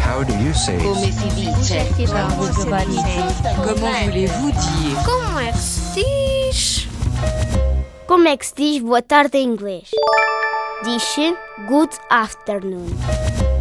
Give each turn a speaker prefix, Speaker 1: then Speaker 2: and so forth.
Speaker 1: How do you say?
Speaker 2: Come si dice?
Speaker 3: Como se diz?
Speaker 2: Comment voulez-vous dire?
Speaker 3: Como é que se diz?
Speaker 4: Como é que se diz boa tarde em inglês? Diz-se good afternoon.